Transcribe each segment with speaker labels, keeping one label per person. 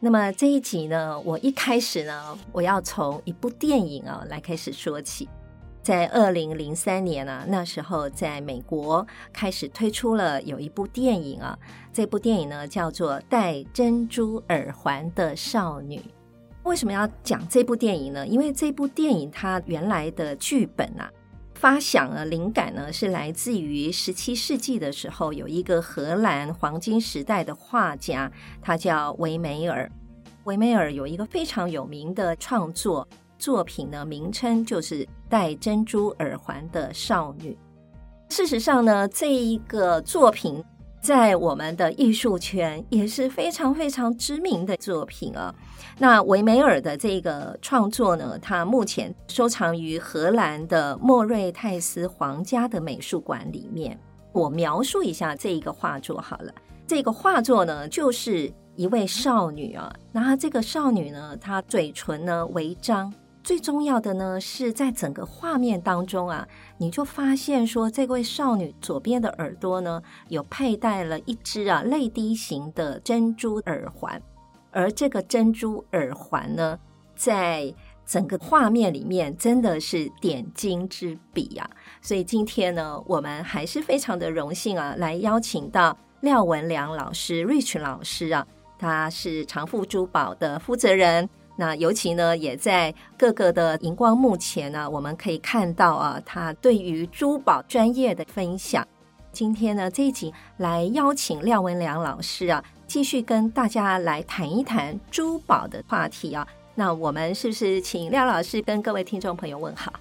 Speaker 1: 那么这一集呢，我一开始呢，我要从一部电影啊、来开始说起。在二零零三年啊，那时候在美国开始推出了有一部电影啊，这部电影呢叫做《戴珍珠耳环的少女》。为什么要讲这部电影呢？因为这部电影它原来的剧本啊，发想啊，灵感呢是来自于十七世纪的时候，有一个荷兰黄金时代的画家，他叫维梅尔。维梅尔有一个非常有名的创作作品呢，名称就是《戴珍珠耳环的少女》。事实上呢，这一个作品在我们的艺术圈也是非常非常知名的作品啊。那维梅尔的这个创作呢，它目前收藏于荷兰的莫瑞泰斯皇家的美术馆里面。我描述一下这一个画作好了。这个画作呢，就是一位少女啊，那这个少女呢，她嘴唇呢微张，最重要的呢是在整个画面当中啊，你就发现说这位少女左边的耳朵呢有佩戴了一只啊泪滴型的珍珠耳环。而这个珍珠耳环呢，在整个画面里面真的是点睛之笔啊！所以今天呢，我们还是非常的荣幸啊，来邀请到廖文良老师、Rich 老师啊，他是长富珠宝的负责人。那尤其呢，也在各个的荧光幕前呢、我们可以看到啊，他对于珠宝专业的分享。今天呢，这一集来邀请廖文良老师啊，继续跟大家来谈一谈珠宝的话题啊。那我们是不是请廖老师跟各位听众朋友问好？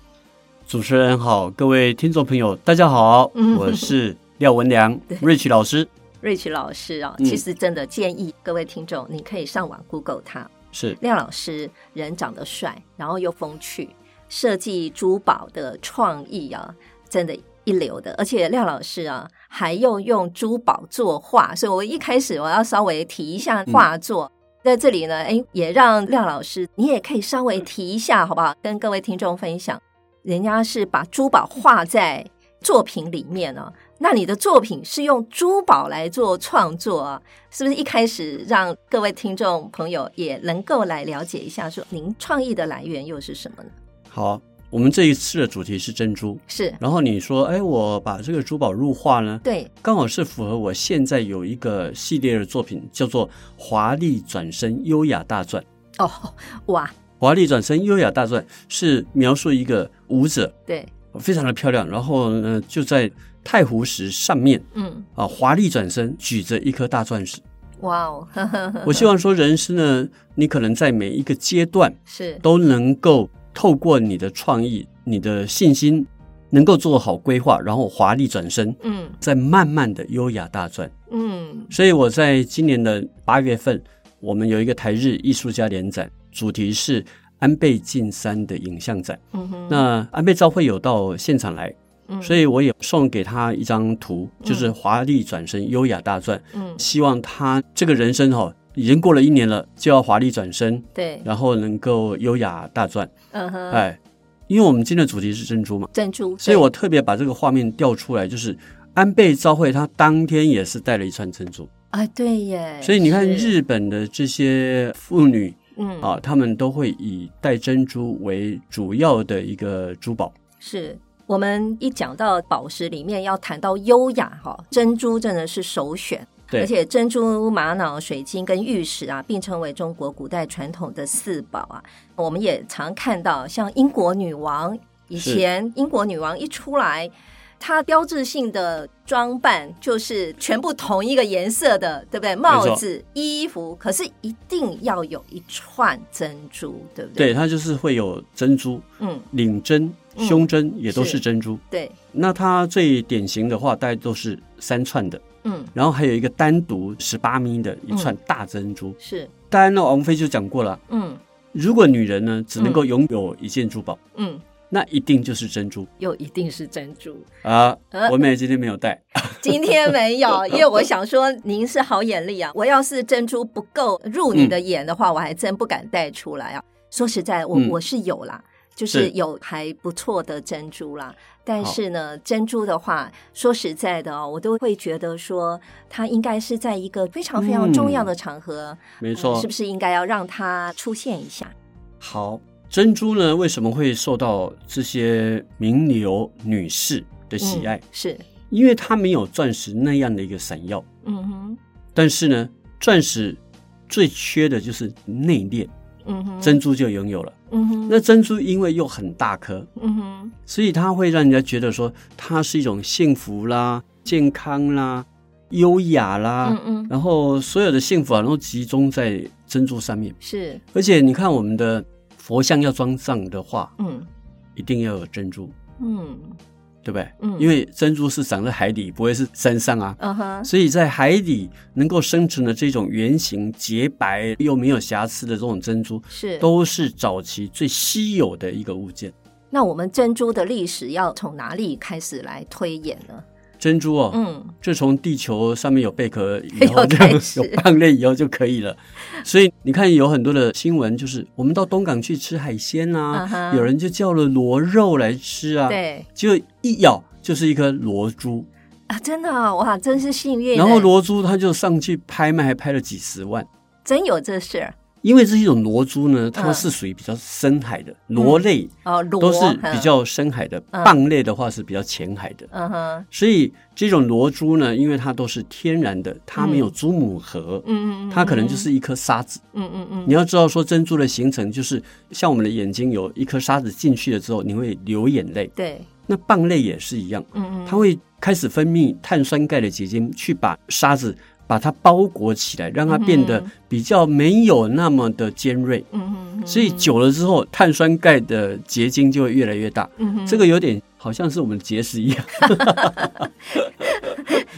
Speaker 2: 主持人好，各位听众朋友，大家好，
Speaker 1: 嗯
Speaker 2: 我是廖文良，Rich 老师，
Speaker 1: Rich 老师啊，
Speaker 2: 嗯
Speaker 1: 其实真的建议各位听众，你可以上网 Google 他。
Speaker 2: 是
Speaker 1: 廖老师人长得帅，然后又风趣，设计珠宝的创意啊，真的一流的。而且廖老师啊，还又用珠宝作画，所以我一开始我要稍微提一下画作。在这里呢，哎，也让廖老师，你也可以稍微提一下，好不好？跟各位听众分享，人家是把珠宝画在作品里面啊，那你的作品是用珠宝来做创作啊，是不是一开始让各位听众朋友也能够来了解一下，说您创意的来源又是什么呢？
Speaker 2: 好。我们这一次的主题是珍珠，
Speaker 1: 是
Speaker 2: 然后你说，哎，我把这个珠宝入画呢，
Speaker 1: 对，
Speaker 2: 刚好是符合我现在有一个系列的作品，叫做《华丽转身优雅大传》。
Speaker 1: 哦，哇，
Speaker 2: 《华丽转身优雅大传》是描述一个舞者，
Speaker 1: 对，
Speaker 2: 非常的漂亮，然后呢就在太湖石上面
Speaker 1: 嗯，
Speaker 2: 啊，华丽转身，举着一颗大钻石。
Speaker 1: 哇哦， 呵呵呵
Speaker 2: 我希望说，人生呢，你可能在每一个阶段
Speaker 1: 是
Speaker 2: 都能够透过你的创意、你的信心，能够做好规划，然后华丽转身，
Speaker 1: 嗯
Speaker 2: 再慢慢的优雅大转。
Speaker 1: 嗯
Speaker 2: 所以我在今年的八月份，我们有一个台日艺术家联展，主题是安倍晋三的影像展。
Speaker 1: 嗯哼，
Speaker 2: 那安倍昭惠有到现场来，
Speaker 1: 嗯
Speaker 2: 所以我也送给他一张图，就是华丽转身、优雅大转。
Speaker 1: 嗯
Speaker 2: 希望他这个人生哈、哦，已经过了一年了，就要华丽转身，
Speaker 1: 对，
Speaker 2: 然后能够优雅大转。
Speaker 1: 嗯哼，
Speaker 2: 哎，因为我们今天的主题是珍珠嘛，
Speaker 1: 珍珠，
Speaker 2: 所以
Speaker 1: 对
Speaker 2: 我特别把这个画面调出来，就是安倍昭惠她当天也是戴了一串珍珠，
Speaker 1: 啊对耶，
Speaker 2: 所以你看
Speaker 1: 是
Speaker 2: 日本的这些妇女
Speaker 1: 嗯
Speaker 2: 啊，她们都会以戴珍珠为主要的一个珠宝。
Speaker 1: 是我们一讲到宝石里面要谈到优雅哈，珍珠真的是首选。
Speaker 2: 对
Speaker 1: 而且珍珠、玛瑙、水晶跟玉石啊，并称为中国古代传统的四宝啊。我们也常看到，像英国女王以
Speaker 2: 是
Speaker 1: 前，英国女王一出来，她标志性的装扮就是全部同一个颜色的，对不对？帽子、衣服，可是一定要有一串珍珠，对不对？
Speaker 2: 对，它就是会有珍珠、
Speaker 1: 嗯，
Speaker 2: 领针、
Speaker 1: 嗯
Speaker 2: 胸针，也都
Speaker 1: 是
Speaker 2: 是珍珠。
Speaker 1: 对，
Speaker 2: 那它最典型的话，大概都是三串的，
Speaker 1: 嗯，
Speaker 2: 然后还有一个单独十八米的一串大珍珠。
Speaker 1: 是，
Speaker 2: 当然呢，王菲就讲过了，
Speaker 1: 嗯，
Speaker 2: 如果女人呢只能够拥有一件珠宝，
Speaker 1: 嗯，
Speaker 2: 那一定就是珍珠
Speaker 1: 又一定是珍珠。
Speaker 2: 啊
Speaker 1: 呃！
Speaker 2: 我妹今天没有带，
Speaker 1: 今天没有，因为我想说您是好眼力啊。我要是珍珠不够入你的眼的话，我还真不敢带出来啊。说实在，我、
Speaker 2: 嗯
Speaker 1: 我是有啦，就是
Speaker 2: 是
Speaker 1: 有还不错的珍珠啦。但是呢，珍珠的话，说实在的哦，我都会觉得说，它应该是在一个非常非常重要的场合，
Speaker 2: 嗯没
Speaker 1: 没
Speaker 2: 错，
Speaker 1: 是不是应该要让它出现一下？
Speaker 2: 好，珍珠呢为什么会受到这些名流女士的喜爱？
Speaker 1: 嗯、是，
Speaker 2: 因为它没有钻石那样的一个闪耀，
Speaker 1: 嗯哼，
Speaker 2: 但是呢，钻石最缺的就是内敛，
Speaker 1: 嗯哼，，
Speaker 2: 珍珠就拥有了。
Speaker 1: 嗯哼，
Speaker 2: 那珍珠因为又很大颗，
Speaker 1: 嗯哼，
Speaker 2: 所以它会让人家觉得说它是一种幸福啦、健康啦、优雅啦，
Speaker 1: 嗯嗯，
Speaker 2: 然后所有的幸福啊都集中在珍珠上面。
Speaker 1: 是，
Speaker 2: 而且你看我们的佛像要装上的话，
Speaker 1: 嗯
Speaker 2: 一定要有珍珠，
Speaker 1: 嗯
Speaker 2: 对不对？
Speaker 1: 嗯，
Speaker 2: 因为珍珠是长在海底，不会是山上啊。
Speaker 1: 嗯哼，
Speaker 2: 所以在海底能够生成的这种圆形、洁白又没有瑕疵的这种珍珠，
Speaker 1: 是
Speaker 2: 都是早期最稀有的一个物件。
Speaker 1: 那我们珍珠的历史要从哪里开始来推演呢？
Speaker 2: 珍珠哦，
Speaker 1: 嗯，
Speaker 2: 这从地球上面有贝壳以 后，
Speaker 1: 要开始
Speaker 2: 有蚌类以后就可以了。所以你看，有很多的新闻，就是我们到东港去吃海鲜
Speaker 1: 嗯
Speaker 2: 啊，
Speaker 1: 哼
Speaker 2: 有人就叫了螺肉来吃啊，
Speaker 1: 对
Speaker 2: 结果一咬就是一颗螺珠，
Speaker 1: 啊，真的哦哇，真是幸运欸。
Speaker 2: 然后螺珠它就上去拍卖，还拍了几十万。
Speaker 1: 真有这事儿
Speaker 2: 因为这一种螺珠呢，它
Speaker 1: 嗯
Speaker 2: 是属于比较深海的，螺类
Speaker 1: 哦，螺
Speaker 2: 都是比，较深海的，
Speaker 1: 嗯
Speaker 2: 蚌类的话是比较浅海的。
Speaker 1: 嗯嗯哼，
Speaker 2: 所以这种螺珠呢，因为它都是天然的，它没有珠母核，
Speaker 1: 嗯嗯嗯，
Speaker 2: 它可能就是一颗沙子。
Speaker 1: 嗯嗯嗯，
Speaker 2: 你要知道，说珍珠的形成就是像我们的眼睛有一颗沙子进去了之后，你会流眼泪。
Speaker 1: 对，
Speaker 2: 那蚌类也是一样，
Speaker 1: 嗯嗯嗯，
Speaker 2: 它会开始分泌碳酸钙的结晶，去把沙子把它包裹起来，让它变得
Speaker 1: 嗯
Speaker 2: 比较没有那么的尖锐。
Speaker 1: 嗯嗯嗯，
Speaker 2: 所以久了之后，碳酸钙的结晶就会越来越大。
Speaker 1: 嗯哼
Speaker 2: 这个有点好像是我们的结石一 样，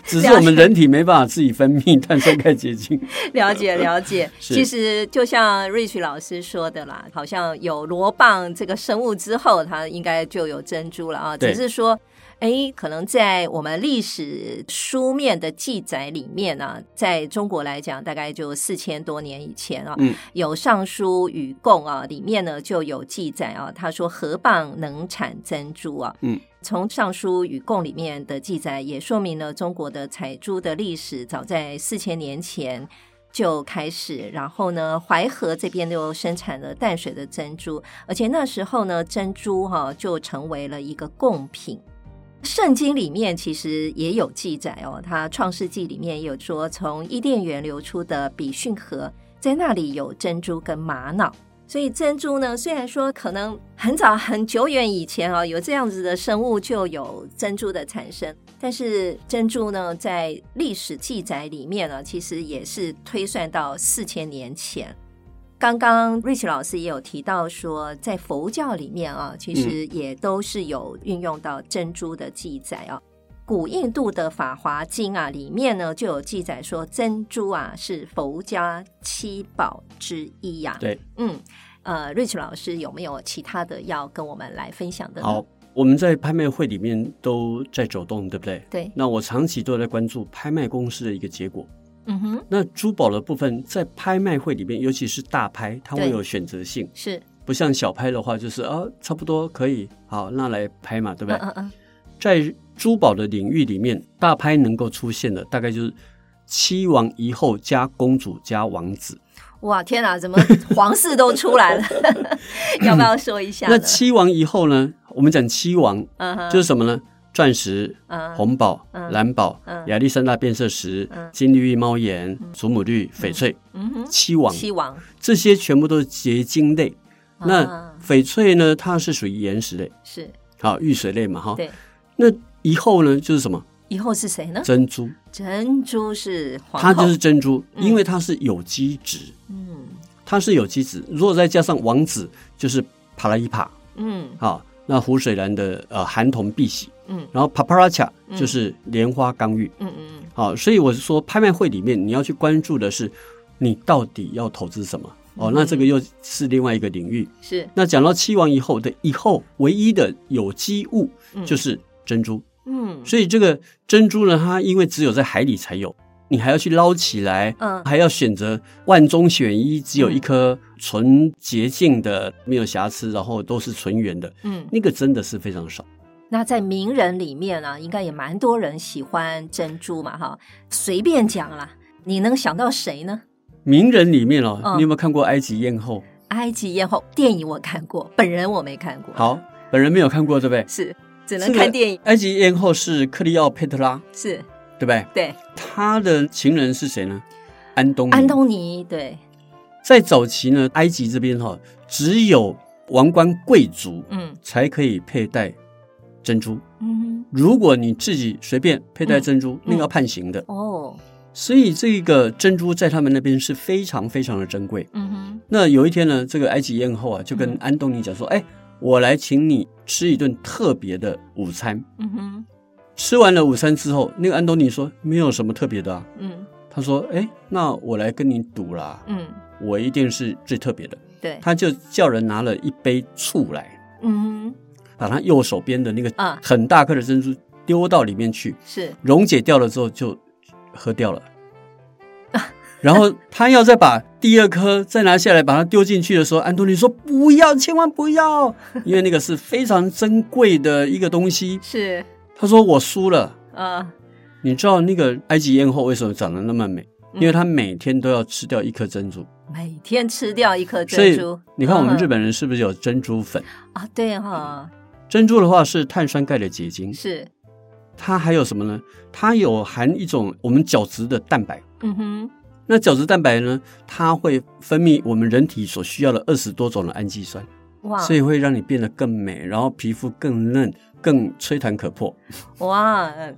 Speaker 2: 只是我们人体没办法自己分泌碳酸钙结晶。
Speaker 1: 了 解了解，
Speaker 2: 是
Speaker 1: 其实就像 Rich 老师说的啦，好像有螺蚌这个生物之后，它应该就有珍珠了啊。
Speaker 2: 对
Speaker 1: 只是说，哎，可能在我们历史书面的记载里面呢、在中国来讲，大概就四千多年以前啊，
Speaker 2: 嗯
Speaker 1: 有《尚书与贡》啊，里面呢就有记载啊，他说河蚌能产珍珠啊，
Speaker 2: 嗯。
Speaker 1: 从《尚书与贡》里面的记载也说明了中国的采珠的历史，早在四千年前就开始，然后呢，淮河这边就生产了淡水的珍珠，而且那时候呢，珍珠哈、就成为了一个贡品。圣经里面其实也有记载哦，它《创世纪》里面有说，从伊甸园流出的比逊河，在那里有珍珠跟玛瑙。所以珍珠呢，虽然说可能很早很久远以前哦，有这样子的生物就有珍珠的产生，但是珍珠呢，在历史记载里面呢，其实也是推算到四千年前。刚刚 Rich 老师也有提到说，在佛教里面啊，其实也都是有运用到珍珠的记载啊。古印度的《法华经》啊，里面呢就有记载说，珍珠啊是佛家七宝之一呀、
Speaker 2: 对，
Speaker 1: 嗯，呃，Rich 老师有没有其他的要跟我们来分享的呢？
Speaker 2: 好，，我们在拍卖会里面都在走动，对不对？
Speaker 1: 对，
Speaker 2: 那我长期都在关注拍卖公司的一个结果。
Speaker 1: 嗯哼，
Speaker 2: 那珠宝的部分在拍卖会里面，尤其是大拍，它会
Speaker 1: 对
Speaker 2: 有选择性，
Speaker 1: 是，
Speaker 2: 不像小拍的话，就是啊，差不多可以，好，那来拍嘛，对不
Speaker 1: 嗯
Speaker 2: 对？
Speaker 1: 嗯嗯，
Speaker 2: 在珠宝的领域里面，大拍能够出现的大概就是七王一后加公主加王子。
Speaker 1: 哇，天哪，怎么皇室都出来了？ 要不要说一下呢？
Speaker 2: 那七王一后呢？我们讲七王
Speaker 1: 嗯哼，
Speaker 2: 就是什么呢？钻石、
Speaker 1: 嗯
Speaker 2: 红宝、
Speaker 1: 嗯
Speaker 2: 蓝宝、
Speaker 1: 嗯
Speaker 2: 亚历山大变色石
Speaker 1: 嗯、
Speaker 2: 金缕玉猫眼、祖母绿、翡翠。
Speaker 1: 嗯哼，
Speaker 2: 七王
Speaker 1: 七王，
Speaker 2: 这些全部都是结晶类。那
Speaker 1: 啊
Speaker 2: 翡翠呢？它是属于岩石类，
Speaker 1: 是
Speaker 2: 好玉髓类嘛，哈。
Speaker 1: 对。
Speaker 2: 那以后呢，就是什么
Speaker 1: 以后是谁呢？
Speaker 2: 珍珠，
Speaker 1: 珍珠是皇
Speaker 2: 它
Speaker 1: 后，
Speaker 2: 就是珍珠，
Speaker 1: 嗯
Speaker 2: 因为它是有机质。
Speaker 1: 嗯
Speaker 2: 它是有机质，如果再加上王子，就是帕拉伊帕
Speaker 1: 嗯
Speaker 2: 啊，那湖水兰的呃含铜碧玺，
Speaker 1: 嗯
Speaker 2: 然后帕帕拉恰
Speaker 1: 嗯
Speaker 2: 就是莲花刚玉，
Speaker 1: 嗯嗯
Speaker 2: 啊，所以我是说拍卖会里面你要去关注的是，你到底要投资什么？哦，那
Speaker 1: 嗯
Speaker 2: 这个又是另外一个领域。
Speaker 1: 是，
Speaker 2: 那讲到七王以后的以后，唯一的有机物
Speaker 1: 嗯
Speaker 2: 就是珍珠，
Speaker 1: 嗯
Speaker 2: 所以这个珍珠呢，它因为只有在海里才有，你还要去捞起来，
Speaker 1: 嗯
Speaker 2: 还要选择万中选一，只有一颗纯洁净的，没有瑕疵，然后都是纯圆的，
Speaker 1: 嗯，
Speaker 2: 那个真的是非常少。
Speaker 1: 那在名人里面呢、应该也蛮多人喜欢珍珠嘛，哈，随便讲啦，你能想到谁呢？
Speaker 2: 名人里面哦，
Speaker 1: 嗯
Speaker 2: 你有没有看过埃及艳后？
Speaker 1: 埃及艳后电影我看过，本人我没看过，
Speaker 2: 好，本人没有看过，对不对？
Speaker 1: 是只
Speaker 2: 这
Speaker 1: 能
Speaker 2: 个
Speaker 1: 看电影，
Speaker 2: 埃及艳后是克利奥佩特拉，
Speaker 1: 是
Speaker 2: 对不对？
Speaker 1: 对，
Speaker 2: 她的情人是谁呢？安东尼。
Speaker 1: 安东尼对，
Speaker 2: 在早期呢，埃及这边哈、只有王冠贵族
Speaker 1: 嗯
Speaker 2: 才可以佩戴珍珠。
Speaker 1: 嗯
Speaker 2: 如果你自己随便佩戴珍珠，那个要判刑的。
Speaker 1: 哦
Speaker 2: 所以这个珍珠在他们那边是非常非常的珍贵。
Speaker 1: 嗯哼
Speaker 2: 那有一天呢，这个埃及艳后啊，就跟
Speaker 1: 嗯
Speaker 2: 安东尼讲说：“哎，我来请你吃一顿特别的午餐。
Speaker 1: 嗯哼”
Speaker 2: 吃完了午餐之后，那个安东尼说：“没有什么特别的啊。
Speaker 1: 嗯”
Speaker 2: 他说：“哎，那我来跟你赌啦，
Speaker 1: 嗯
Speaker 2: 我一定是最特别的。”
Speaker 1: 对，
Speaker 2: 他就叫人拿了一杯醋来，
Speaker 1: 嗯哼
Speaker 2: 把他右手边的那个
Speaker 1: 啊
Speaker 2: 很大颗的珍珠丢到里面去，
Speaker 1: 是
Speaker 2: 溶解掉了之后就喝掉了。 然后他要再把第二颗再拿下来，把它丢进去的时候，安东尼说：“不要，千万不要， 因为那个是非常珍贵的一个东西。
Speaker 1: 是”
Speaker 2: 他说：“我输了。
Speaker 1: 啊，”
Speaker 2: 你知道那个埃及艳后为什么长得那么美？
Speaker 1: 嗯
Speaker 2: 因为她每天都要吃掉一颗珍珠。
Speaker 1: 每天吃掉一颗
Speaker 2: 所
Speaker 1: 珍
Speaker 2: 以
Speaker 1: 珠
Speaker 2: 你看，我们
Speaker 1: 嗯
Speaker 2: 日本人是不是有珍珠粉？
Speaker 1: 啊，对哈、
Speaker 2: 珍珠的话是碳酸钙的结晶，
Speaker 1: 是
Speaker 2: 它还有什么呢？它有含一种我们角质的蛋白。
Speaker 1: 嗯哼
Speaker 2: 那角质蛋白呢，它会分泌我们人体所需要的二十多种的氨基酸，
Speaker 1: 哇，
Speaker 2: 所以会让你变得更美，然后皮肤更嫩、更吹弹可破。
Speaker 1: 哇，嗯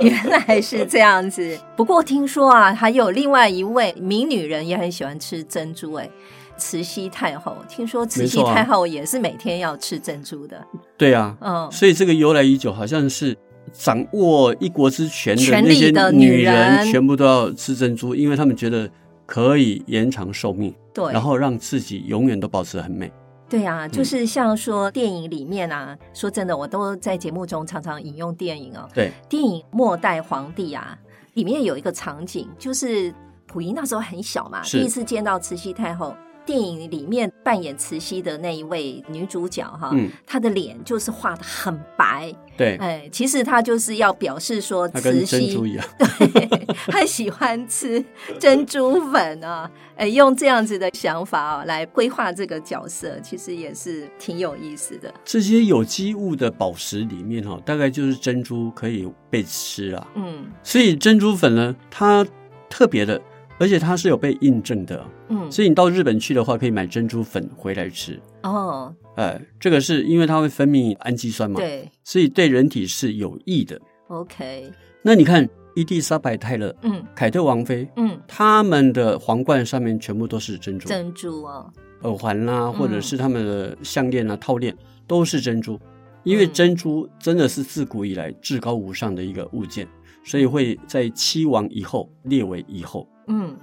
Speaker 1: 原来是这样子。不过听说啊，还有另外一位名女人也很喜欢吃珍珠、哎，慈禧太后。听说慈禧
Speaker 2: 没错啊
Speaker 1: 太后也是每天要吃珍珠的，
Speaker 2: 对啊，
Speaker 1: 嗯，
Speaker 2: 所以这个由来已久，好像是掌握一国之权的那些
Speaker 1: 权力的女
Speaker 2: 女
Speaker 1: 人
Speaker 2: 人，全部都要吃珍珠，因为她们觉得可以延长寿命，
Speaker 1: 嗯对啊
Speaker 2: 然。后嗯让自己永远都保持得很美。
Speaker 1: 对啊，就是像说电影里面啊，说真的，我都在节目中常常引用电影哦。
Speaker 2: 对，
Speaker 1: 电影《末代皇帝》啊，里面有一个场景，就是溥仪那时候很小嘛，
Speaker 2: 是
Speaker 1: 第一次见到慈禧太后。电影里面扮演慈禧的那一位女主角哈，
Speaker 2: 嗯，
Speaker 1: 她的脸就是画的很白，
Speaker 2: 对，
Speaker 1: 哎，其实她就是要表示说
Speaker 2: 它跟
Speaker 1: 慈
Speaker 2: 珍珠
Speaker 1: 禧
Speaker 2: 一样。
Speaker 1: 对，他喜欢吃珍珠粉啊，哎，用这样子的想法啊来规划这个角色，其实也是挺有意思的。
Speaker 2: 这些有机物的宝石里面哈、大概就是珍珠可以被吃啦。
Speaker 1: 嗯
Speaker 2: 所以珍珠粉呢，它特别的，而且它是有被印证的。
Speaker 1: 嗯，
Speaker 2: 所以你到日本去的话，可以买珍珠粉回来吃。
Speaker 1: 哦，
Speaker 2: 呃，这个是因为它会分泌氨基酸嘛，，
Speaker 1: 对
Speaker 2: 所以对人体是有益的。
Speaker 1: ，OK，
Speaker 2: 那你看伊丽莎白泰勒、
Speaker 1: 嗯
Speaker 2: 凯特王妃，
Speaker 1: 嗯，
Speaker 2: 他们的皇冠上面全部都是珍珠，
Speaker 1: 珍珠哦，
Speaker 2: 耳环啦、
Speaker 1: 嗯
Speaker 2: 或者是他们的项链啊、套链，都是珍珠。因为
Speaker 1: 嗯
Speaker 2: 珍珠真的是自古以来至高无上的一个物件，所以会在七王以后列为以后。
Speaker 1: 嗯，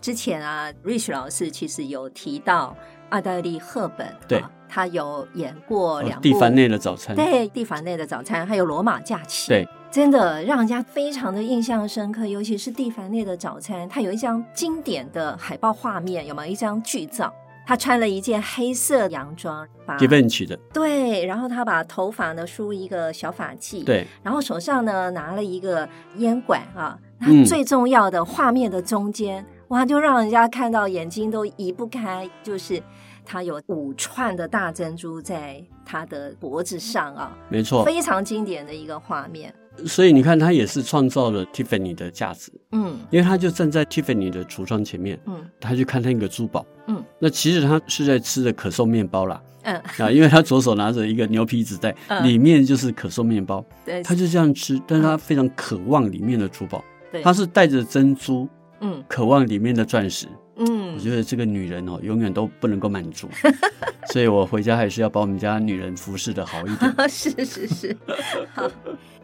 Speaker 1: 之前啊，Rich 老师其实有提到奥黛丽·赫本，
Speaker 2: 对哦
Speaker 1: 啊，她有演过哦两部
Speaker 2: 蒂凡呃内的早餐，
Speaker 1: 对《蒂凡内的早餐》，还有《罗马假期》，
Speaker 2: 对，
Speaker 1: 真的让人家非常的印象深刻。尤其是《蒂凡内的早餐》，它有一张经典的海报画面，有没有一张剧照？他穿了一件黑色洋装，把
Speaker 2: 吉本取的，
Speaker 1: 对，然后他把头发呢梳一个小发髻，，
Speaker 2: 对，
Speaker 1: 然后手上呢拿了一个烟管啊。那
Speaker 2: 嗯
Speaker 1: 最重要的画面的中间，哇，就让人家看到眼睛都移不开，就是他有五串的大珍珠在他的脖子上啊，
Speaker 2: 没错。
Speaker 1: 非常经典的一个画面。
Speaker 2: 所以你看，它也是创造了 Tiffany 的价值，
Speaker 1: 嗯
Speaker 2: 因为他就站在 Tiffany 的橱窗前面，
Speaker 1: 嗯
Speaker 2: 他去看那个珠宝。
Speaker 1: 嗯，
Speaker 2: 那其实他是在吃的可颂面包啦，
Speaker 1: 嗯，
Speaker 2: 啊，因为他左手拿着一个牛皮纸袋，
Speaker 1: 嗯
Speaker 2: 里面就是可颂面包。
Speaker 1: 对，
Speaker 2: 他就这样吃，但他非常渴望里面的珠宝，
Speaker 1: 对，
Speaker 2: 他是带着珍珠，
Speaker 1: 嗯
Speaker 2: 渴望里面的钻石。
Speaker 1: 嗯
Speaker 2: 我，觉得这个女人哦，永远都不能够满足，所以我回家还是要把我们家女人服侍的好 一点。
Speaker 1: 是是是， 好。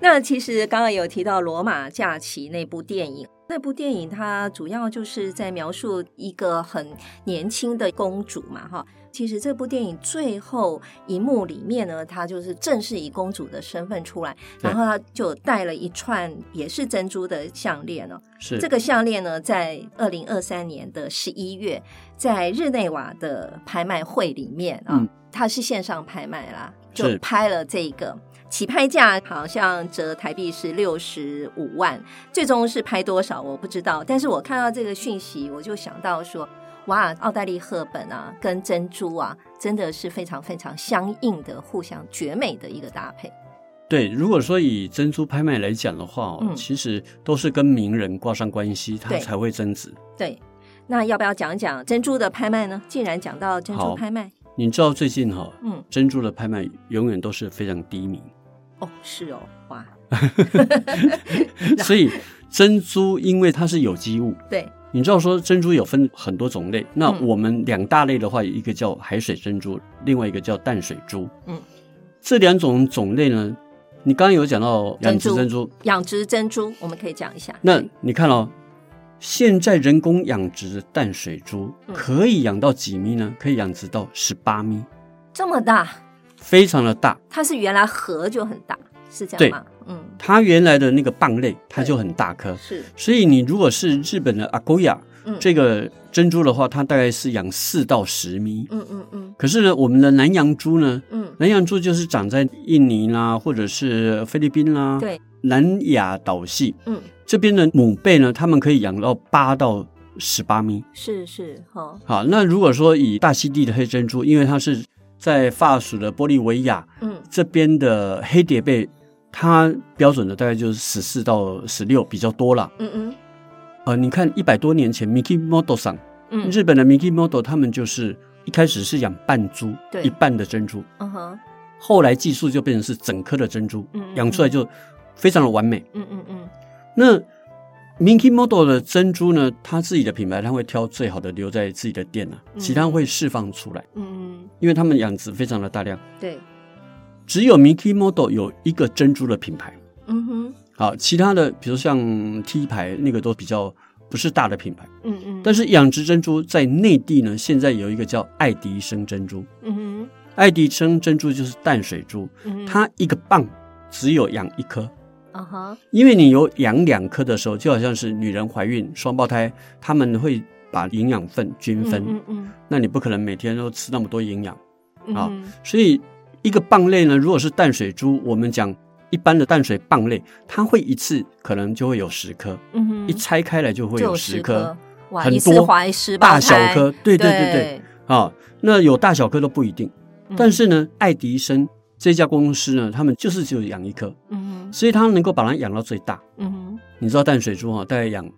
Speaker 1: 那其实刚刚有提到《罗马假期》那部电影，那部电影它主要就是在描述一个很年轻的公主嘛，哈。其实这部电影最后一幕里面呢，她就是正式以公主的身份出来，
Speaker 2: 对
Speaker 1: 然后她就戴了一串也是珍珠的项链哦。
Speaker 2: 是
Speaker 1: 这个项链呢，在二零二三年的十一月，在日内瓦的拍卖会里面啊，
Speaker 2: 嗯
Speaker 1: 它是线上拍卖啦，
Speaker 2: 是
Speaker 1: 就拍了这个。起拍价好像折台币是六十五万，最终是拍多少我不知道。但是我看到这个讯息，我就想到说，哇，奥黛丽·赫本啊，跟珍珠啊，真的是非常非常相应的、互相绝美的一个搭配。
Speaker 2: 对，如果说以珍珠拍卖来讲的话哦，
Speaker 1: 嗯
Speaker 2: 其实都是跟名人挂上关系，它
Speaker 1: 对
Speaker 2: 才会增值。
Speaker 1: 对，那要不要讲讲珍珠的拍卖呢？既然讲到珍珠
Speaker 2: 好
Speaker 1: 拍卖，
Speaker 2: 你知道最近哈、
Speaker 1: 嗯，
Speaker 2: 珍珠的拍卖永远都是非常 低迷，
Speaker 1: 哦，是哦，哇，
Speaker 2: 所以珍珠因为它是有机物，
Speaker 1: 对，
Speaker 2: 你知道说珍珠有分很多种类，那
Speaker 1: 嗯
Speaker 2: 我们两大类的话，一个叫海水珍珠，另外一个叫淡水珠。
Speaker 1: 嗯，
Speaker 2: 这两种种类呢，你刚刚有讲到养殖珍珠，
Speaker 1: 养殖珍珠我们可以讲一下。
Speaker 2: 那你看哦，现在人工养殖的淡水珠
Speaker 1: 嗯
Speaker 2: 可以养到几米呢？可以养殖到十八米，
Speaker 1: 这么大，
Speaker 2: 非常的大。
Speaker 1: 它是原来河就很大，是这
Speaker 2: 对
Speaker 1: 样吗？嗯，
Speaker 2: 它原来的那个蚌类，它就很大颗，
Speaker 1: 是，
Speaker 2: 所以你如果是日本的阿沟亚
Speaker 1: 嗯，
Speaker 2: 这个珍珠的话，它大概是养四到十米。
Speaker 1: 嗯嗯嗯
Speaker 2: 可是呢，我们的南洋珠呢，
Speaker 1: 嗯，
Speaker 2: 南洋珠就是长在印尼啦，或者是菲律宾啦，
Speaker 1: 对，
Speaker 2: 南亚岛系
Speaker 1: 嗯，
Speaker 2: 这边的母贝呢，它们可以养到八到十八米。
Speaker 1: 是是，哦，
Speaker 2: 好，那如果说以大溪地的黑珍珠，因为它是在法属的玻利维亚
Speaker 1: 嗯
Speaker 2: 这边的黑蝶贝，它标准的大概就是十四到十六比较多啦。
Speaker 1: 嗯嗯
Speaker 2: 呃，你看一百多年前，Miki Model 上
Speaker 1: 嗯，
Speaker 2: 日本的 Miki Model，他们就是一开始是养半株，
Speaker 1: 对
Speaker 2: 一半的珍珠，
Speaker 1: 嗯哼，
Speaker 2: 后来技术就变成是整颗的珍珠
Speaker 1: 嗯嗯，
Speaker 2: 养出来就非常的完美。
Speaker 1: 嗯嗯嗯，
Speaker 2: 那 Minky Model 的珍珠呢，它自己的品牌，它会挑最好的留在自己的店啊，
Speaker 1: 嗯
Speaker 2: 其他会释放出来，
Speaker 1: 嗯
Speaker 2: 因为他们养殖非常的大量。
Speaker 1: 嗯，对，
Speaker 2: 只有 Minky Model 有一个珍珠的品牌，
Speaker 1: 嗯哼，
Speaker 2: 好，其他的比如像 T 牌那个都比较不是大的品牌。
Speaker 1: 嗯嗯，
Speaker 2: 但
Speaker 1: 是，
Speaker 2: 是养殖珍珠在内地呢，现在有一个叫爱迪生珍珠，
Speaker 1: 嗯哼，
Speaker 2: 爱迪生珍珠就是淡水珠，
Speaker 1: 嗯哼，
Speaker 2: 它一个蚌只有养一颗，
Speaker 1: 嗯哼，
Speaker 2: 因为你有养两颗的时候，就好像是女人怀孕双胞胎，她们会把营养分均分，
Speaker 1: 嗯嗯
Speaker 2: 那你不可能每天都吃那么多营养，
Speaker 1: 嗯，
Speaker 2: 好
Speaker 1: 嗯
Speaker 2: 所以一个蚌类呢，如果是淡水珠，我们讲一般的淡水蚌类，它会一次可能就会有十颗，
Speaker 1: 嗯哼，
Speaker 2: 一拆开来就会
Speaker 1: 就
Speaker 2: 有
Speaker 1: 有
Speaker 2: 十
Speaker 1: 十
Speaker 2: 颗
Speaker 1: 颗，，哇，
Speaker 2: 很
Speaker 1: 一次
Speaker 2: 多
Speaker 1: 怀十
Speaker 2: 大
Speaker 1: 胞
Speaker 2: 小
Speaker 1: 胎
Speaker 2: 颗，对对对对，
Speaker 1: 对
Speaker 2: 啊、那有大小颗都不一定，
Speaker 1: 嗯
Speaker 2: 但是呢，爱迪生这家公司呢，他们就是只有养一颗，
Speaker 1: 嗯哼，
Speaker 2: 所以它能够把它养到最大。
Speaker 1: 嗯哼，
Speaker 2: 你知道淡水珠哈、大概养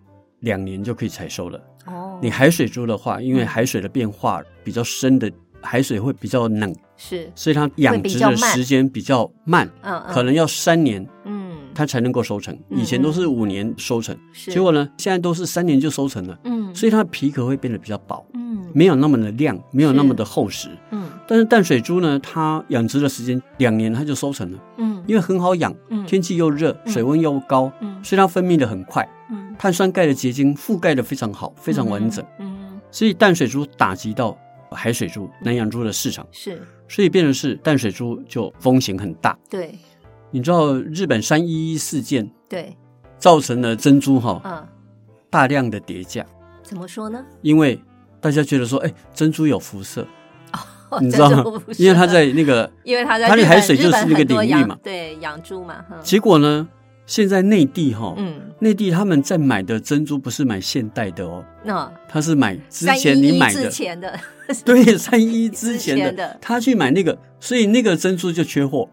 Speaker 2: 两年就可以采收了。
Speaker 1: 哦，
Speaker 2: 你海水珠的话，因为
Speaker 1: 嗯
Speaker 2: 海水的变化比较深的，海水会比较冷，
Speaker 1: 是，
Speaker 2: 所以它养殖的时间比较慢，
Speaker 1: 嗯嗯，
Speaker 2: 可能要三年
Speaker 1: 嗯，
Speaker 2: 它才能够收成。
Speaker 1: 嗯
Speaker 2: 以前都是五年收成，
Speaker 1: 是，
Speaker 2: 结果呢，现在都是三年就收成了，
Speaker 1: 嗯，
Speaker 2: 所以它的皮壳会变得比较薄，
Speaker 1: 嗯
Speaker 2: 没有那么的亮，没有那么的厚实。
Speaker 1: 嗯
Speaker 2: 但是淡水珠呢，它养殖的时间两年它就收成了，
Speaker 1: 嗯
Speaker 2: 因为很好养，
Speaker 1: 嗯
Speaker 2: 天气又热，
Speaker 1: 嗯
Speaker 2: 水温又高，
Speaker 1: 嗯
Speaker 2: 所以它分泌的很快。
Speaker 1: 嗯
Speaker 2: 碳酸钙的结晶覆盖的非常好，非常完整，，
Speaker 1: 嗯
Speaker 2: 所以淡水珠打击到海水珠、南洋珠的市场，
Speaker 1: 是
Speaker 2: 所以变成是淡水珠就风险很大。
Speaker 1: 对
Speaker 2: 你知道日本三一一事件
Speaker 1: 对
Speaker 2: 造成了珍珠哈、
Speaker 1: 啊，
Speaker 2: 大量的跌价，
Speaker 1: 怎么说呢？
Speaker 2: 因为大家觉得说，哎，珍珠有辐射，你知
Speaker 1: 真
Speaker 2: 道
Speaker 1: 是
Speaker 2: 吗
Speaker 1: 不？是
Speaker 2: 因为它在那个，
Speaker 1: 因为他在
Speaker 2: 它的
Speaker 1: 日
Speaker 2: 海
Speaker 1: 本
Speaker 2: 水就是
Speaker 1: 日本
Speaker 2: 那个
Speaker 1: 很多
Speaker 2: 领域
Speaker 1: 养
Speaker 2: 嘛
Speaker 1: 对，养猪嘛，哼
Speaker 2: 结果呢，现在内地哈、
Speaker 1: 嗯，
Speaker 2: 内地他们在买的珍珠不是买现代的哦，
Speaker 1: 那
Speaker 2: 他是买之
Speaker 1: 三
Speaker 2: 前
Speaker 1: 一
Speaker 2: 你
Speaker 1: 一
Speaker 2: 买
Speaker 1: 之
Speaker 2: 的，
Speaker 1: 前的
Speaker 2: 对，三一之前
Speaker 1: 之
Speaker 2: 的，
Speaker 1: 前的
Speaker 2: 他去买那个，所以那个珍珠就缺货，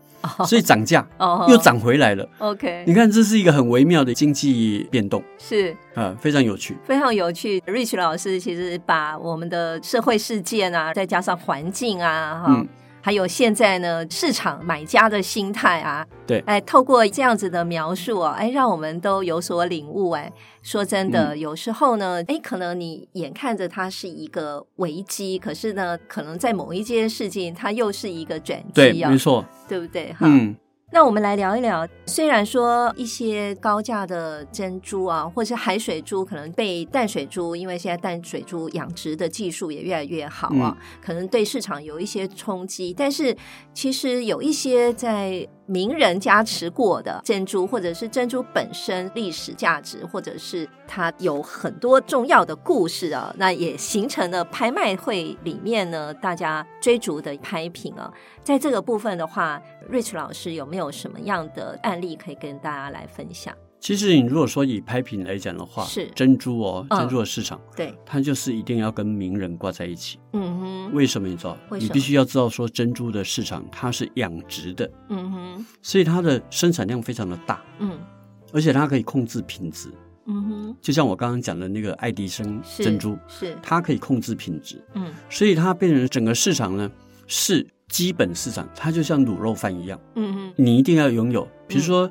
Speaker 2: 所以涨价、
Speaker 1: 哦，
Speaker 2: 又涨回来了。
Speaker 1: OK，
Speaker 2: 你看，这是一个很微妙的经济变动
Speaker 1: 是
Speaker 2: 啊、非常有趣。
Speaker 1: 非常有趣。Rich 老师其实把我们的社会事件啊，再加上环境啊，哈、
Speaker 2: 嗯
Speaker 1: 还有现在呢市场买家的心态啊，
Speaker 2: 对
Speaker 1: 哎，透过这样子的描述哦、哎，让我们都有所领悟哎。说真
Speaker 2: 嗯
Speaker 1: 的，有时候呢，哎，可能你眼看着它是一个危机，可是呢，可能在某一件事情，它又是一个转
Speaker 2: 对，
Speaker 1: 机啊、
Speaker 2: 没错，
Speaker 1: 对不对？哈、
Speaker 2: 嗯，
Speaker 1: 那我们来聊一聊，虽然说一些高价的珍珠啊，或是海水珠，可能被淡水珠，因为现在淡水珠养殖的技术也越来越好啊，可能对市场有一些冲击。但是其实有一些在名人加持过的珍珠，或者是珍珠本身历史价值，或者是它有很多重要的故事啊，那也形成了拍卖会里面呢大家追逐的拍品啊。在这个部分的话，Rich 老师有没有什么样的案例可以跟大家来分享？
Speaker 2: 其实你如果说以拍品来讲的话，
Speaker 1: 是
Speaker 2: 珍珠哦，
Speaker 1: 嗯
Speaker 2: 珍珠的市场，
Speaker 1: 对，
Speaker 2: 它就是一定要跟名人挂在一起。
Speaker 1: 嗯哼，
Speaker 2: 为什么你知道？
Speaker 1: 为什
Speaker 2: 你
Speaker 1: 么
Speaker 2: 必须要知道说珍珠的市场它是养殖的，
Speaker 1: 嗯哼，
Speaker 2: 所以它的生产量非常的大，
Speaker 1: 嗯
Speaker 2: 而且它可以控制品质。
Speaker 1: 嗯哼，
Speaker 2: 就像我刚刚讲的那个爱迪生
Speaker 1: 是
Speaker 2: 珍珠，
Speaker 1: 是，
Speaker 2: 它可以控制品质，
Speaker 1: 嗯
Speaker 2: 所以它变成整个市场呢是基本市场，它就像卤肉饭一样，
Speaker 1: 嗯哼，
Speaker 2: 你一定要拥有。比如
Speaker 1: 嗯
Speaker 2: 说，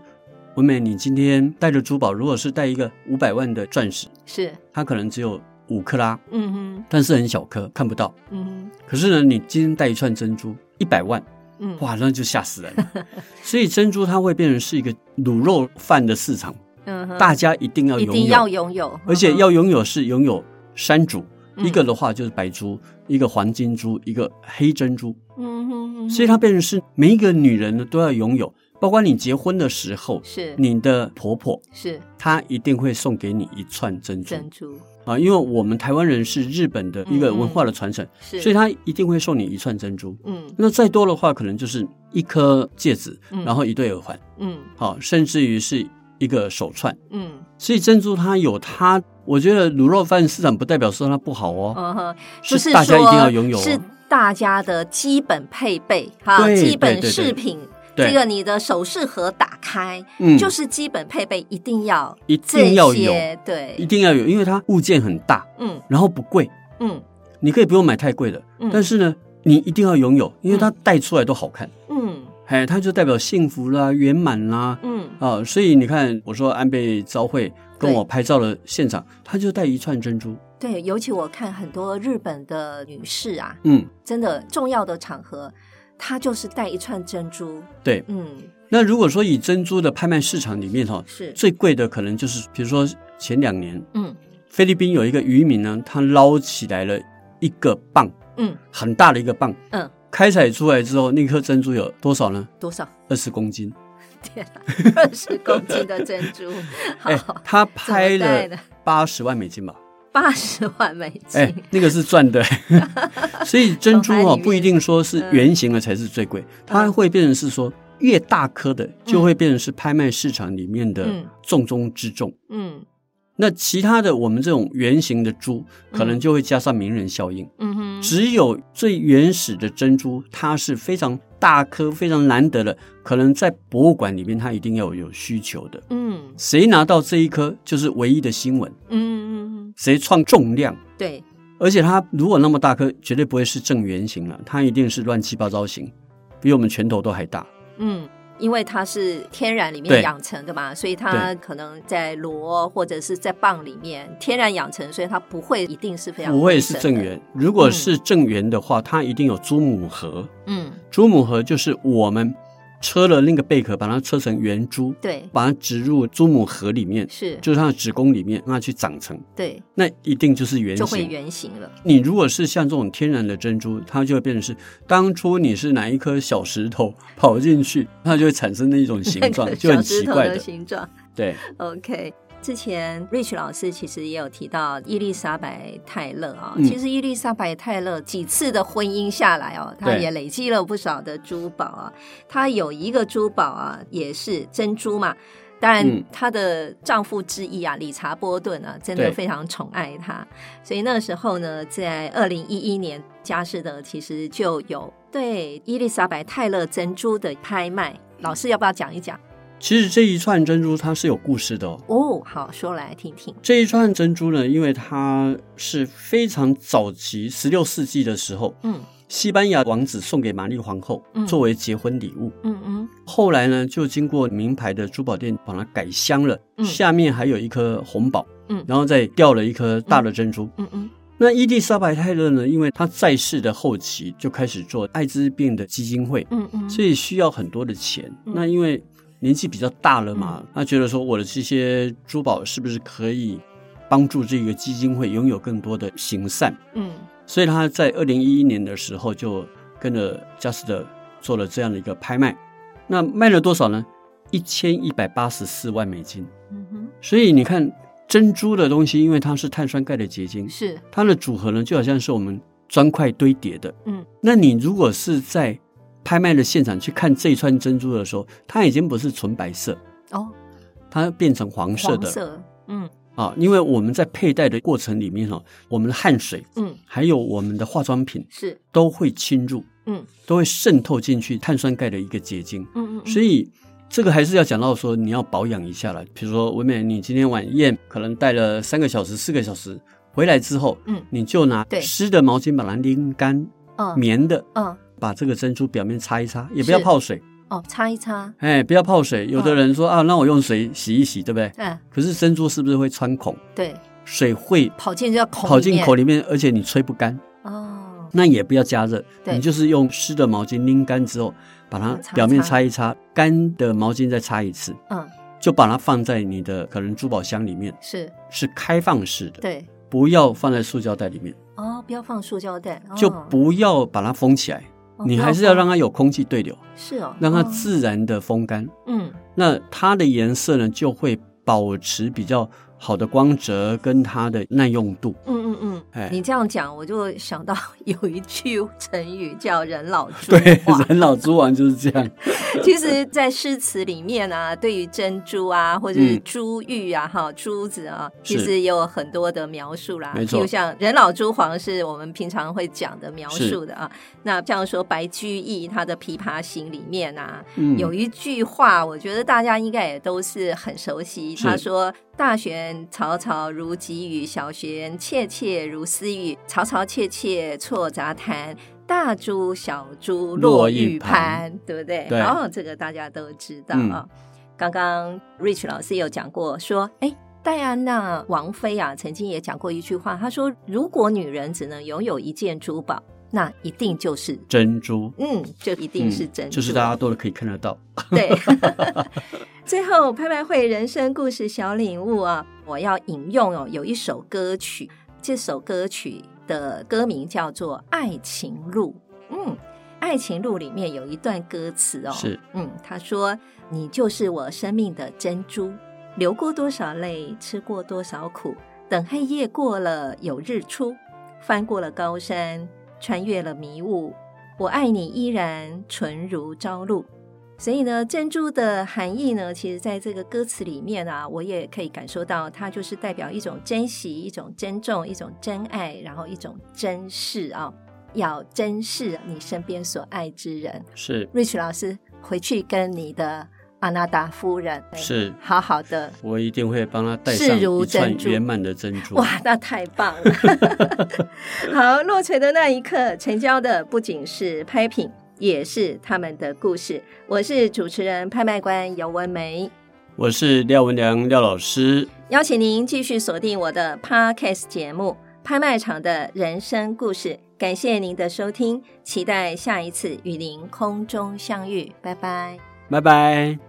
Speaker 2: 文美，你今天带着珠宝，如果是带一个五百万的钻石，
Speaker 1: 是，
Speaker 2: 它可能只有五克拉，
Speaker 1: 嗯哼，
Speaker 2: 但是很小颗，看不到。
Speaker 1: 嗯
Speaker 2: 可是呢，你今天带一串珍珠一百万，
Speaker 1: 哼，嗯，
Speaker 2: 哇，那就吓死人 了。所以珍珠它会变成是一个卤肉饭的市场，
Speaker 1: 嗯哼，
Speaker 2: 大家一定要
Speaker 1: 一
Speaker 2: 拥
Speaker 1: 定要
Speaker 2: 有，
Speaker 1: 拥有，
Speaker 2: 而且要拥有是拥有三组，
Speaker 1: 嗯
Speaker 2: 一个的话就是白珠，一个黄金珠，一个黑珍珠。
Speaker 1: 嗯哼，嗯哼，
Speaker 2: 所以它变成是每一个女人呢都要拥有，包括你结婚的时候，
Speaker 1: 是
Speaker 2: 你的婆婆
Speaker 1: 是
Speaker 2: 她一定会送给你一串珍珠
Speaker 1: 珍珠，嗯
Speaker 2: 啊，因为我们台湾人是日本的一个文化的传承，
Speaker 1: 是，
Speaker 2: 所以她一定会送你一串珍珠。
Speaker 1: 嗯
Speaker 2: 那再多的话，可能就是一颗戒指，
Speaker 1: 嗯
Speaker 2: 然后一对耳环，
Speaker 1: 嗯
Speaker 2: 好、甚至于是一个手串。
Speaker 1: 嗯
Speaker 2: 所以珍珠它有它，我觉得卤肉饭市场不代表说它不好哦，
Speaker 1: 嗯哼，
Speaker 2: 是
Speaker 1: 就是
Speaker 2: 大家一定
Speaker 1: 说
Speaker 2: 要拥有哦
Speaker 1: 是大家的基本配备哈，
Speaker 2: 对
Speaker 1: 基本
Speaker 2: 对对对
Speaker 1: 饰品。
Speaker 2: 对
Speaker 1: 这个你的首饰盒打开，
Speaker 2: 嗯
Speaker 1: 就是基本配备一定要
Speaker 2: 一
Speaker 1: 这
Speaker 2: 定要有，
Speaker 1: 些，
Speaker 2: 一
Speaker 1: 对，
Speaker 2: 定要有，因为它物件很大，
Speaker 1: 嗯
Speaker 2: 然后不贵，
Speaker 1: 嗯
Speaker 2: 你可以不用买太贵的，
Speaker 1: 嗯
Speaker 2: 但是呢，你一定要拥有，因为它带出来都好看，
Speaker 1: 嗯
Speaker 2: 哎，它就代表幸福啦、圆满啦，
Speaker 1: 嗯，
Speaker 2: 啊，所以你看，我说安倍昭惠跟
Speaker 1: 对
Speaker 2: 我拍照的现场，她就带一串珍珠，
Speaker 1: 对，尤其我看很多日本的女士啊，
Speaker 2: 嗯，
Speaker 1: 真的重要的场合，她就是戴一串珍珠，
Speaker 2: 对。
Speaker 1: 嗯，
Speaker 2: 那如果说以珍珠的拍卖市场里面哈、
Speaker 1: 是，
Speaker 2: 最贵的可能就是，比如说前两年
Speaker 1: 嗯
Speaker 2: 菲律宾有一个渔民呢，他捞起来了一个蚌，
Speaker 1: 嗯
Speaker 2: 很大的一个蚌，
Speaker 1: 嗯，
Speaker 2: 开采出来之后，那颗珍珠有多少呢？
Speaker 1: 多 少？
Speaker 2: 二十公斤。
Speaker 1: 天啊，二十公斤的珍 珠，
Speaker 2: 哎
Speaker 1: 好，，
Speaker 2: 他拍
Speaker 1: 怎么带的
Speaker 2: 了八十万美金吧？
Speaker 1: 八十万美金，
Speaker 2: 哎，那个是 赚的。所以珍珠
Speaker 1: 从海
Speaker 2: 哦，
Speaker 1: 里面
Speaker 2: 不一定说是圆形的才是最
Speaker 1: 嗯
Speaker 2: 贵，它会变成是说越大颗的，就会变成是拍卖市场里面的
Speaker 1: 嗯
Speaker 2: 重中之重。
Speaker 1: 嗯
Speaker 2: 那其他的，我们这种圆形的珠，可能就会加上名人效应。
Speaker 1: 嗯哼，
Speaker 2: 只有最原始的珍珠，它是非常大颗、非常难得的，可能在博物馆里面它一定要有需求的。
Speaker 1: 嗯
Speaker 2: 谁拿到这一颗就是唯一的新闻，
Speaker 1: 嗯嗯嗯，
Speaker 2: 谁创重量。
Speaker 1: 对，
Speaker 2: 而且它如果那么大颗，绝对不会是正圆形了，它一定是乱七八糟形，比我们拳头都还大。
Speaker 1: 嗯。因为它是天然里面
Speaker 2: 对
Speaker 1: 养成的嘛，所以它可能在螺或者是在蚌里面天然养成，所以它不会一定是非常
Speaker 2: 不会是
Speaker 1: 规
Speaker 2: 正
Speaker 1: 整的。
Speaker 2: 圆，如果是正圆的话，它一定有珠母核。
Speaker 1: 嗯，
Speaker 2: 珠母核就是我们车了那个贝壳，把它车成圆珠，
Speaker 1: 对，
Speaker 2: 把它植入珠母核里面，
Speaker 1: 是，
Speaker 2: 就是它的子宫里面，让它去长成，
Speaker 1: 对，
Speaker 2: 那一定就是圆
Speaker 1: 就会
Speaker 2: 形。
Speaker 1: 圆形了。
Speaker 2: 你如果是像这种天然的珍珠，它就会变成是当初你是哪一颗小石头跑进去，它就会产生那一 种形状，就
Speaker 1: 小
Speaker 2: 很
Speaker 1: 石
Speaker 2: 奇
Speaker 1: 头
Speaker 2: 怪
Speaker 1: 的
Speaker 2: 的。
Speaker 1: 形状。
Speaker 2: 对，
Speaker 1: OK，之前 Rich 老师其实也有提到伊丽莎白泰勒啊、
Speaker 2: 嗯
Speaker 1: 其实伊丽莎白泰勒几次的婚姻下来哦，她
Speaker 2: 对
Speaker 1: 也累积了不少的珠宝啊。她有一个珠宝啊，也是珍珠嘛。当然
Speaker 2: 嗯，
Speaker 1: 她的丈夫之一啊，理查波顿啊，真的
Speaker 2: 对
Speaker 1: 非常宠爱她。所以那时候呢，在二零一一年，佳士得其实就有对伊丽莎白泰勒珍珠的拍卖。老师要不要讲一讲？
Speaker 2: 其实这一串珍珠它是有故事的哦。
Speaker 1: 哦，好，说来听听。
Speaker 2: 这一串珍珠呢，因为它是非常早期，十六世纪的时候，
Speaker 1: 嗯
Speaker 2: 西班牙王子送给玛丽皇后
Speaker 1: 嗯
Speaker 2: 作为结婚礼物。
Speaker 1: 嗯嗯
Speaker 2: 后来呢，就经过名牌的珠宝店把它改镶了，
Speaker 1: 嗯
Speaker 2: 下面还有一颗红宝，
Speaker 1: 嗯
Speaker 2: 然后再掉了一颗大的珍珠。
Speaker 1: 嗯嗯
Speaker 2: 那伊丽莎白泰勒呢，因为她在世的后期就开始做艾滋病的基金会，
Speaker 1: 嗯嗯，
Speaker 2: 所以需要很多的钱。
Speaker 1: 嗯
Speaker 2: 那因为年纪比较大了嘛，她觉得说我的这些珠宝是不是可以帮助这个基金会拥有更多的行善？
Speaker 1: 嗯
Speaker 2: 所以他在二零一一年的时候就跟着 Just 做了这样的一个拍卖，那卖了多少呢？一千一百八十四万美金。
Speaker 1: 嗯哼
Speaker 2: 所以你看，珍珠的东西，因为它是碳酸钙的结晶，
Speaker 1: 是
Speaker 2: 它的组合呢就好像是我们砖块堆叠的。
Speaker 1: 嗯，
Speaker 2: 那你如果是在拍卖的现场去看这一串珍珠的时候，它已经不是纯白色，
Speaker 1: 哦，
Speaker 2: 它变成黄色
Speaker 1: 黄
Speaker 2: 的
Speaker 1: 色，嗯
Speaker 2: 啊。因为我们在佩戴的过程里面哦，我们的汗水
Speaker 1: 嗯
Speaker 2: 还有我们的化妆品
Speaker 1: 是
Speaker 2: 都会侵入，
Speaker 1: 嗯
Speaker 2: 都会渗透进去碳酸钙的一个结晶。
Speaker 1: 嗯嗯，
Speaker 2: 所
Speaker 1: 以
Speaker 2: 以这个还是要讲到说你要保养一下了。比如说，文美，你今天晚宴可能戴了三个小时、四个小时，回来之后，
Speaker 1: 嗯
Speaker 2: 你就拿
Speaker 1: 对
Speaker 2: 湿的毛巾把它拎干，
Speaker 1: 嗯
Speaker 2: 棉的。
Speaker 1: 嗯
Speaker 2: 把这个珍珠表面擦一擦，也不要
Speaker 1: 是嗯
Speaker 2: 泡水，
Speaker 1: 哦，擦一擦，
Speaker 2: 哎，不要泡水。有的人说、啊，那我用水洗一洗，对不对？
Speaker 1: 嗯
Speaker 2: 可是珍珠是不是会穿孔？
Speaker 1: 对，
Speaker 2: 水会
Speaker 1: 跑进这口
Speaker 2: 跑进口
Speaker 1: 里
Speaker 2: 里面，而且你吹不干。
Speaker 1: 面哦，
Speaker 2: 那也不要加热，
Speaker 1: 对
Speaker 2: 你就是用湿的毛巾拎干之后，把它
Speaker 1: 擦
Speaker 2: 表面
Speaker 1: 擦
Speaker 2: 擦一擦，干的毛巾再擦一次，
Speaker 1: 嗯
Speaker 2: 就把它放在你的可能珠宝箱里面，
Speaker 1: 是
Speaker 2: 是开放式的，
Speaker 1: 对
Speaker 2: 不要放在塑胶袋里面，
Speaker 1: 哦，不要放塑胶袋，哦
Speaker 2: 就不要把它封起来，
Speaker 1: 哦
Speaker 2: 你
Speaker 1: 不
Speaker 2: 还是要
Speaker 1: 放
Speaker 2: 让它有空气对流，
Speaker 1: 是哦，
Speaker 2: 让它
Speaker 1: 哦
Speaker 2: 自然的风干。
Speaker 1: 嗯
Speaker 2: 那它的颜色呢，就会保持比较好的光泽跟它的耐用度。
Speaker 1: 嗯嗯
Speaker 2: 哎
Speaker 1: 嗯，你这样讲，我就想到 有一句成语叫“人老珠
Speaker 2: 对，
Speaker 1: 黄
Speaker 2: 人老珠黄就是这样。”。
Speaker 1: 其实，在诗词里面啊，对于珍珠啊，或者是
Speaker 2: 嗯
Speaker 1: 珠玉啊、哈、珠子啊，其
Speaker 2: 是
Speaker 1: 实也有很多的描述啦。
Speaker 2: 没错
Speaker 1: 就像“人老珠黄”是我们平常会讲的描述的啊。那像说白居易他的《琵琶行》里面啊，
Speaker 2: 嗯，
Speaker 1: 有一句话，我觉得大家应该也都是很熟悉。
Speaker 2: 是
Speaker 1: 他说：“大弦嘈嘈如急雨，小弦切切如私语，嘈嘈切切错杂谈。”大珠小珠落
Speaker 2: 落一
Speaker 1: 玉
Speaker 2: 盘
Speaker 1: 盘，对不对？
Speaker 2: 对嗯
Speaker 1: 哦，这个大家都知道啊、刚刚 Rich 老师有讲过，说，哎，戴安娜王妃啊，曾经也讲过一句话，她说：“如果女人只能拥有一件珠宝，那一定就是，
Speaker 2: 珍珠，
Speaker 1: 嗯，就一定是
Speaker 2: 嗯
Speaker 1: 珍珠了、
Speaker 2: 就是大家都可以看得到。
Speaker 1: 对， 最后拍卖会人生故事小领悟啊，我要引用哦，有一首歌曲，这首歌曲的歌名叫做《爱情路》。嗯，《爱情路》里面有一段歌词哦，
Speaker 2: 是，
Speaker 1: 嗯，他说：“你就是我生命的珍珠，流过多少泪，吃过多少苦，等黑夜过了有日出，翻过了高山，穿越了迷雾，我爱你依然纯如朝露。”所以呢，珍珠的含义呢，其实在这个歌词里面啊，我也可以感受到，它就是代表一种珍惜、一种珍重、一种真爱，然后一种珍视啊，要珍视你身边所爱之人。
Speaker 2: 是
Speaker 1: Rich 老师回去跟你的阿纳达夫人哎
Speaker 2: 是，
Speaker 1: 好好的。
Speaker 2: 我一定会帮他戴
Speaker 1: 视
Speaker 2: 上
Speaker 1: 如
Speaker 2: 一串
Speaker 1: 珍珠
Speaker 2: 圆满的珍珠。
Speaker 1: 哇，那太棒了！ 好，落锤的那一刻，成交的不仅是拍品，也是他们的故事。我是主持人、拍卖官尤文梅，
Speaker 2: 我是廖文良廖老师，
Speaker 1: 邀请您继续锁定我的 Podcast 节目《拍卖场的人生故事》。感谢您的收听，期待下一次与您空中相遇，拜拜。
Speaker 2: 拜拜。